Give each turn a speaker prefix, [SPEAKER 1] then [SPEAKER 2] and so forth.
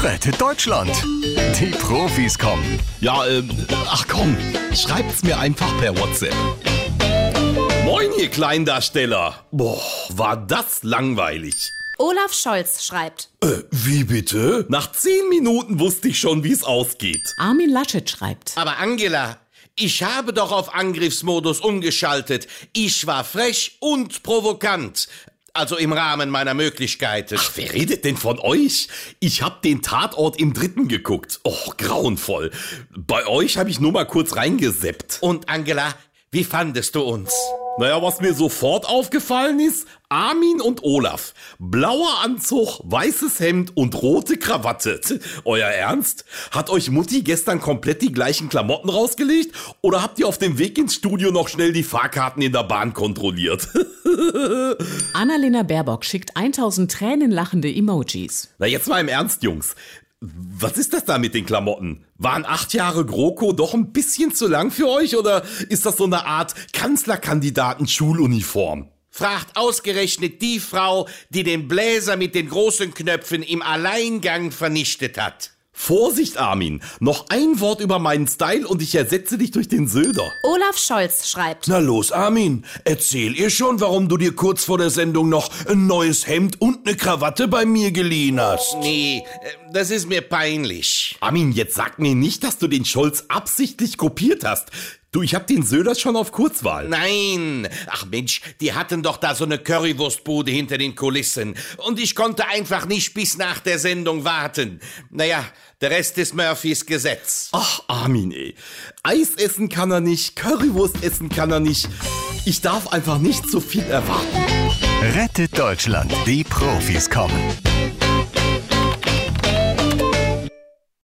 [SPEAKER 1] rettet Deutschland. Die Profis kommen.
[SPEAKER 2] Ja, ähm, ach komm, schreibt's mir einfach per WhatsApp. Moin, ihr Kleindarsteller. Boah, war das langweilig.
[SPEAKER 3] Olaf Scholz schreibt.
[SPEAKER 4] Wie bitte?
[SPEAKER 2] Nach zehn Minuten wusste ich schon, wie es ausgeht.
[SPEAKER 5] Armin Laschet schreibt.
[SPEAKER 6] Aber Angela, ich habe doch auf Angriffsmodus umgeschaltet. Ich war frech und provokant. Also im Rahmen meiner Möglichkeiten.
[SPEAKER 2] Ach, wer redet denn von euch? Ich hab den Tatort im dritten geguckt. Oh, grauenvoll. Bei euch habe ich nur mal kurz reingeseppt.
[SPEAKER 6] Und Angela, wie fandest du uns?
[SPEAKER 2] Naja, was mir sofort aufgefallen ist, Armin und Olaf. Blauer Anzug, weißes Hemd und rote Krawatte. T, Euer Ernst? Hat euch Mutti gestern komplett die gleichen Klamotten rausgelegt? Oder habt ihr auf dem Weg ins Studio noch schnell die Fahrkarten in der Bahn kontrolliert?
[SPEAKER 5] Annalena Baerbock schickt 1000 tränenlachende Emojis.
[SPEAKER 2] Na, jetzt mal im Ernst, Jungs. Was ist das da mit den Klamotten? Waren acht Jahre GroKo doch ein bisschen zu lang für euch oder ist das so eine Art Kanzlerkandidaten-Schuluniform?
[SPEAKER 6] Fragt ausgerechnet die Frau, die den Bläser mit den großen Knöpfen im Alleingang vernichtet hat.
[SPEAKER 2] Vorsicht, Armin! Noch ein Wort über meinen Style und ich ersetze dich durch den Söder.
[SPEAKER 3] Olaf Scholz schreibt.
[SPEAKER 4] Na los, Armin, erzähl ihr schon, warum du dir kurz vor der Sendung noch ein neues Hemd und eine Krawatte bei mir geliehen hast.
[SPEAKER 6] Nee, äh, das ist mir peinlich.
[SPEAKER 2] Armin, jetzt sag mir nicht, dass du den Scholz absichtlich kopiert hast. Du, ich hab den Söder schon auf Kurzwahl.
[SPEAKER 6] Nein, ach Mensch, die hatten doch da so eine Currywurstbude hinter den Kulissen. Und ich konnte einfach nicht bis nach der Sendung warten. Naja, der Rest ist Murphys Gesetz.
[SPEAKER 2] Ach, Armin, ey. Eis essen kann er nicht, Currywurst essen kann er nicht. Ich darf einfach nicht so viel erwarten.
[SPEAKER 1] Rettet Deutschland. Die Profis kommen.